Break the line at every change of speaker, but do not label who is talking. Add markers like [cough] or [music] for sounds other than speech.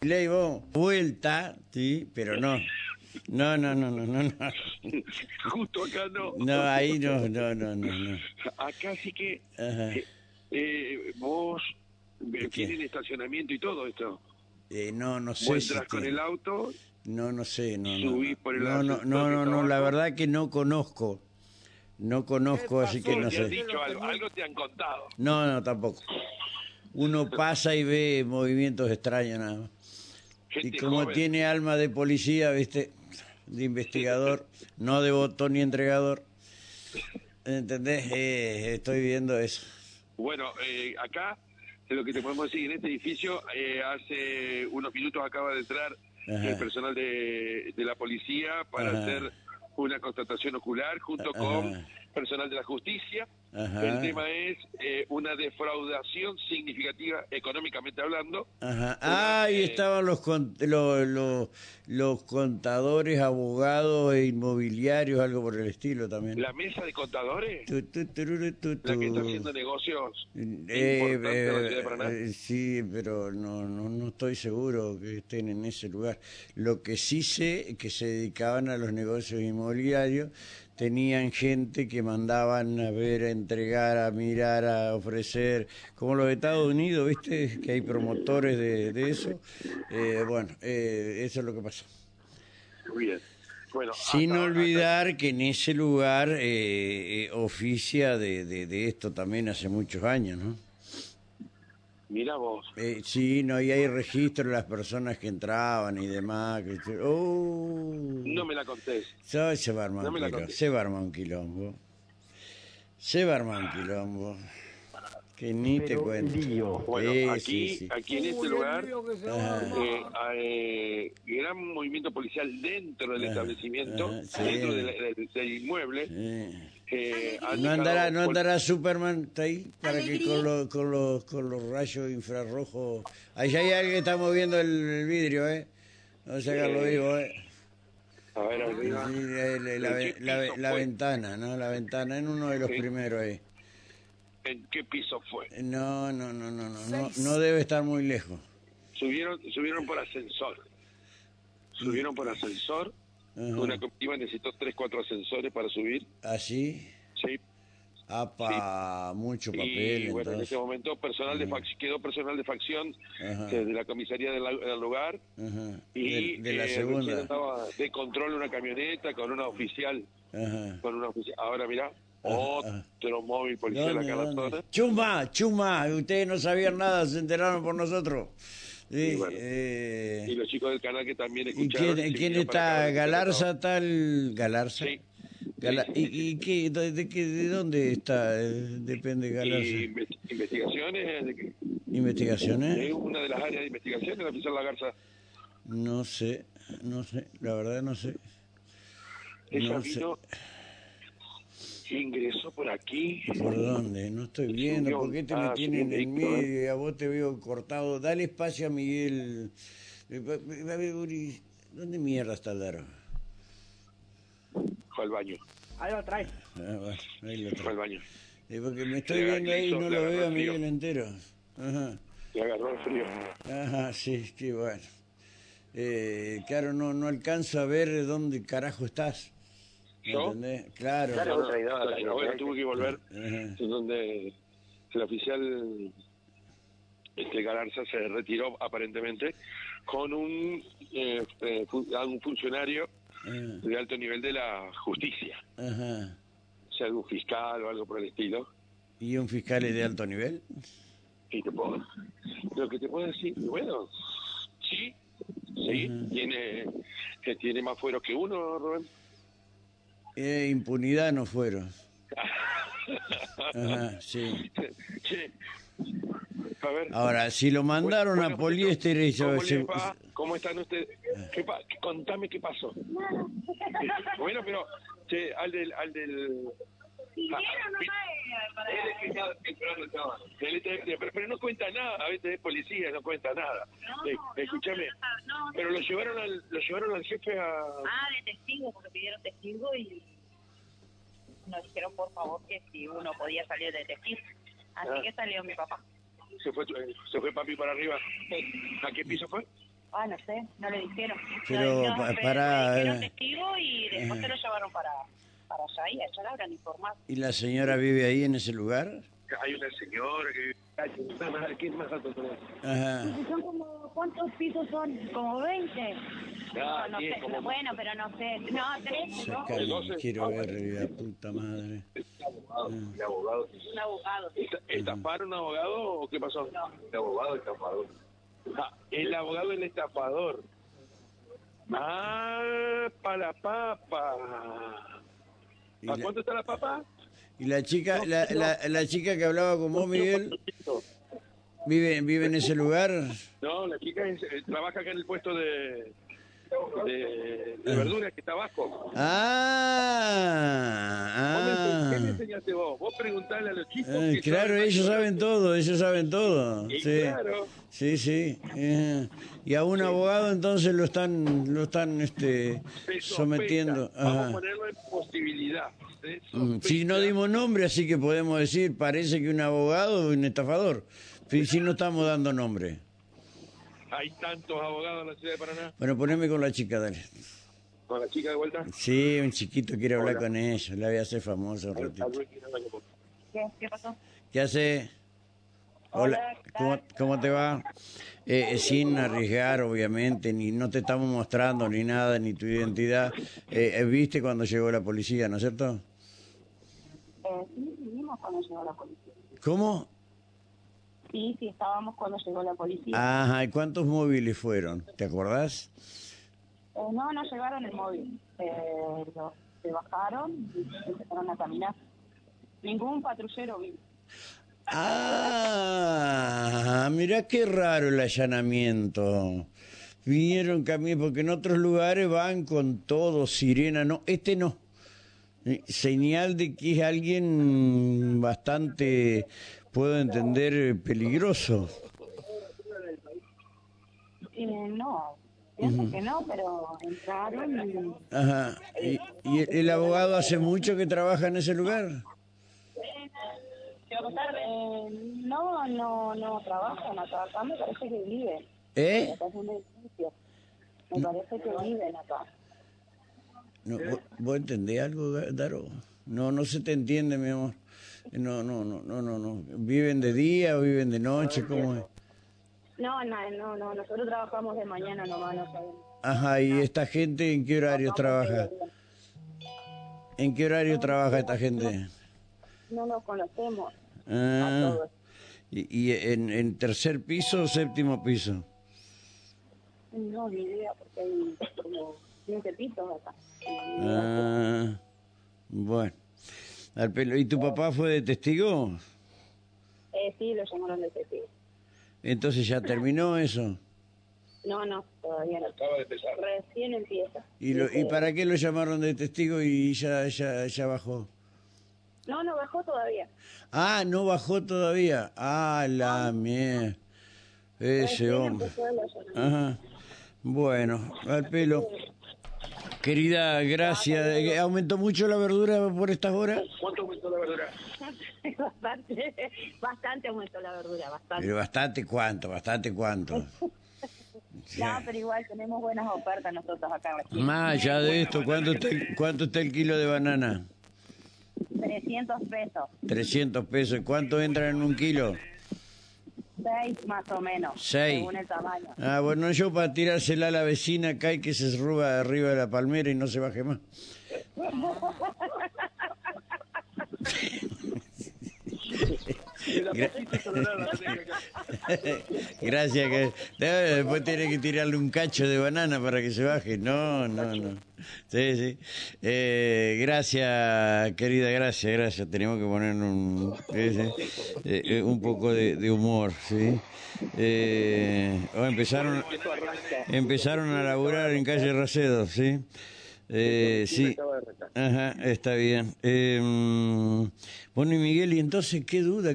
Le digo, vuelta, sí, pero no. No, no, no, no, no, no.
[laughs] Justo acá no.
No, ahí no, no, no, no. no.
Acá sí que
Ajá.
eh, eh, vos eh,
¿Qué?
tienen estacionamiento y todo esto.
Eh, no, no
Vos
sé. si
entras con
te-
el auto,
No, no sé, no. No,
Subís
no.
por el
no, no,
ascensor
no,
que
no,
está
no, la
abajo.
verdad que no conozco. No conozco, así que
vos
no
te han
sé.
dicho algo, algo te han contado.
No, no, tampoco. Uno pasa y ve movimientos extraños nada más. Y
Gente
como
joven.
tiene alma de policía, viste, de investigador, no de botón ni entregador, ¿entendés? Eh, estoy viendo eso.
Bueno, eh, acá es lo que te podemos decir. En este edificio, eh, hace unos minutos acaba de entrar
Ajá.
el personal de, de la policía para
Ajá.
hacer una constatación ocular junto
Ajá.
con personal de la justicia.
Ajá.
El tema es eh, una defraudación significativa económicamente hablando.
Ajá.
Una,
Ah, y
eh,
estaban los, con- los, los, los contadores, abogados e inmobiliarios, algo por el estilo también.
La mesa de contadores,
Tu, tu, tururu, tu,
la que está
tu.
haciendo negocios
Eh,
importantes en la
eh,
ciudad de Paraná.
eh, sí, pero no, no, no estoy seguro que estén en ese lugar. Lo que sí sé es que se dedicaban a los negocios inmobiliarios, tenían gente que mandaban a ver, a entregar, a mirar, a ofrecer, como los de Estados Unidos, ¿viste? Que hay promotores de, de eso. Eh, bueno, eh, eso es lo que pasó.
Muy bien. Bueno,
Sin
hasta- hasta-
olvidar que en ese lugar eh, eh, oficia de, de- de esto también hace muchos años, ¿no?
Mira vos.
Eh, sí, no, y hay registro de las personas que entraban y demás. Que, se- ¡Oh!
No me la contés.
Ay, se va a armar
no
un
me la
quilombo.
conté.
Se va a armar un quilombo. Se va a armar un quilombo. Que ni te cuento.
Bueno,
Sí,
aquí,
sí, sí.
aquí en este lugar,
Ajá.
eh, eh, gran movimiento policial dentro del
Ajá,
establecimiento,
ajá, sí.
dentro del, del- del inmueble.
Eh.
eh, han
¿No andará,
dejado
¿No
pol-
andará Superman está ahí? Para que
Alegría.
con, los- con, los, con los rayos infrarrojos... Ahí hay alguien que está moviendo el, el vidrio, ¿eh? No se haga lo vivo, ¿eh?
A ver, arriba.
Sí, el- el- la,
¿En qué
la-
piso
la
fue?
ventana, ¿no? La ventana en uno de los
pues. Sí.
primeros ahí.
¿En qué piso fue?
No, no, no, no, no, no, no debe estar muy lejos.
Subieron, subieron por ascensor. Subieron por ascensor.
Ajá.
Una comitiva necesitó tres, cuatro ascensores para subir.
Así,
Sí.
apa, mucho papel.
y bueno, en
entonces.
ese momento personal de fac- quedó personal de facción
Ajá.
eh, de la comisaría del, del lugar.
Ajá.
y
de, de la
eh, recién
segunda.
estaba de control una camioneta con una oficial
Ajá.
con una oficial ahora mirá
ah.
otro móvil policial
¿Dónde,
acá en la
dónde?
zona
Chuma, chuma, ustedes no sabían nada, se enteraron por nosotros. Sí,
Y bueno.
eh,
y los chicos del canal que también
¿Y
escucharon
quién,
y
quién
vinieron para
está?
acá,
¿Galarza tal? ¿Galarza?
Sí.
Gala-
Sí, sí,
¿Y, y qué, de, de qué- de dónde está? Eh, Depende
y
Galarza.
inve- investigaciones de que- es
¿Investigaciones?
una de las áreas de investigación del oficial Lagarza
No sé, no sé, la verdad no sé.
ella
No sé.
vino ingresó por aquí
¿Por dónde? No estoy viendo. ¿Por qué te me
Ah,
tienen
subió
en
un dicto,
medio? Y A vos te veo cortado. Dale espacio a Miguel. Eh, va- va- va- Uri, ¿Dónde mierda está el Daro?
fue al baño
Ahí lo traes.
Ah, bueno, ahí lo
fue al
trae.
baño
Eh, Porque me estoy
Le
viendo ahí y
agarró
no
el
lo
frío, le
veo a
agarró el frío.
Miguel entero. Ajá.
le agarró el frío
Ajá, sí, qué bueno. Eh, claro, no, no alcanzo a ver dónde carajo estás. ¿Me
¿Yo?
¿Entendés? Claro.
No, no, no, bueno, tuve que volver
Ajá.
en donde el oficial este Galarza se retiró aparentemente con un eh, eh, fu- a un funcionario
Ah,
de alto nivel de la justicia,
Ajá.
o sea algún fiscal o algo por el estilo.
¿Y un fiscal es de alto nivel?
Y te puedo, lo que te puedo decir, bueno, sí, sí, tiene que tiene más fuero que uno, Rubén. [laughs]
Eh, impunidad no fueron. Ajá, sí.
Che, a ver.
Ahora, si lo mandaron
Bueno,
a poliéster y se-
¿Cómo,
se-
le va? ¿Cómo están ustedes? ¿Qué pa- qué- contame qué pasó. Bueno, pero che, al del... Al del Ah, Eh, Él está- este, pero, pero no cuenta nada, a veces es policía, no cuenta nada. Eh, escúchame,
no,
pero lo llevaron al lo llevaron al jefe a...
Ah, de testigo, porque pidieron testigo y nos dijeron por favor que si uno podía salir de testigo. Así
Ah.
que salió mi papá.
Se fue, tu- eh, se fue papi para arriba. ¿A qué piso fue?
Ah, no sé, no le dijeron.
Pero,
No, no,
pa-
pero
para-
Le dijeron testigo y después
Eh.
se lo llevaron para, para allá y allá la habrán informado.
¿Y la señora vive ahí en ese lugar?
Hay una señora que vive... ¿Quién más alto que vos?
Ajá.
Y son como, ¿cuántos pisos son? Como 20.
Ah,
no, no
diez,
sé,
como-
bueno, pero no sé. No, tres, ¿no?
Sacale,
Entonces,
quiero
ah,
ver, la puta madre.
El abogado, el abogado.
Un abogado.
¿Esta- ¿Estafaron un abogado o qué pasó?
No.
El abogado estafador. Ah, el abogado el estafador. Ah, para la papa.
Y
¿A
la-
cuánto está la papa?
¿Y la chica, la, la- la chica que hablaba con vos, Miguel, vive, vive en ese lugar?
No, la chica es- eh, trabaja acá en el puesto de, de, de verduras que está abajo.
Ah,
¿Qué le
ah.
enseñaste vos? Vos preguntale a los chicos.
Ah,
que
claro,
saben-
ellos saben todo, ellos saben todo.
Y
Sí,
claro.
sí, sí. eh. Y a un abogado entonces lo están, lo están, este,
Se sospecha.
sometiendo.
Vamos a
Ajá.
ponerlo en posibilidad. Se
Mm, Si no
sospecha.
dimos nombre, así que podemos decir, parece que un abogado o un estafador. Si si no estamos dando nombre.
Hay tantos abogados en la ciudad de Paraná.
Bueno, poneme con la chica, dale.
Con la chica de vuelta.
Sí, un chiquito quiere hablar
Hola.
con ella, la voy a hacer famosa un ratito.
¿Qué, ¿Qué pasó?
¿Qué hace? Hola,
Hola, ¿qué
¿cómo,
tal?
cómo te va? Eh, eh, sin arriesgar, obviamente, ni no te estamos mostrando ni nada, ni tu identidad. Eh, eh, ¿Viste cuando llegó la policía, no es cierto?
Eh, sí, sí, vimos cuando llegó la policía.
¿Cómo?
Sí, sí, estábamos cuando llegó la policía.
Ajá, ¿y cuántos móviles fueron? ¿Te acordás?
Eh, no, no llegaron el móvil. Eh, lo- se bajaron y empezaron a caminar. Ningún patrullero vino.
Ah, mirá qué raro el allanamiento. Vinieron camino, porque en otros lugares van con todo, sirena, no, este no. Eh, Señal de que es alguien bastante, puedo entender, eh, peligroso.
Eh, no, pienso que no, pero entraron y...
Ajá. ¿Y, y el, el abogado hace mucho que trabaja en ese lugar?
Eh, no, no, no trabajan acá. Acá me parece que viven.
¿Eh?
Acá es un edificio. Me parece que viven acá.
No, ¿vo- ¿Vos entendés algo, Ga- Daro? No, no se te entiende, mi amor. No, no, no, no, no, no. ¿Viven de día o viven de noche? ¿Cómo es?
No, no, no, no, nosotros trabajamos de mañana nomás, no sabemos.
Ajá, ¿y esta gente en qué horarios trabaja? ¿En qué horario trabaja esta gente?
No nos conocemos.
Ah, ¿Y, y en, en tercer piso o séptimo piso?
No, ni idea, porque hay como 15 pisos acá.
Ah, bueno. Al pelo. ¿Y tu papá fue de testigo?
Eh, sí, lo llamaron de testigo.
Entonces ya terminó eso.
No, no, todavía no.
Acaba de empezar.
Recién empieza.
¿Y, lo- ¿Y
Dice,
para qué lo llamaron de testigo y ya, ya, ya bajó?
No, no bajó todavía.
Ah, no bajó todavía. Ah, la mierda. Ese hombre.
Empezó el [laughs] allanamiento.
Ajá. Bueno, al pelo. Querida, gracias. Eh, ¿Aumentó mucho la verdura por estas horas?
¿Cuánto aumentó la verdura?
bastante, bastante aumentó la verdura, bastante.
Pero bastante cuánto, bastante cuánto.
No, pero igual tenemos buenas ofertas nosotros acá en la China.
Más allá de esto, ¿cuánto está, el- ¿cuánto está el kilo de banana?
300 pesos,
300 pesos. ¿Cuánto entra en un kilo?
6 más o menos,
Seis.
según el tamaño.
Ah, bueno, yo para tirársela a la vecina acá y que se ruba arriba de la palmera y no se baje más.
De la poquita soledad la tenés acá.
[laughs] Gracias. Que... Eh, Después tiene que tirarle un cacho de banana para que se baje. No, no, no. Sí, sí. Eh, gracias, querida, gracias, gracias. Tenemos que poner un, sí, sí. Eh, eh, un poco de, de humor, ¿sí? Eh, oh, empezaron, empezaron a laburar en calle Racedo, ¿sí? Eh, sí. mm, Ajá, está bien. Eh, bueno, y Miguel, ¿y entonces qué duda?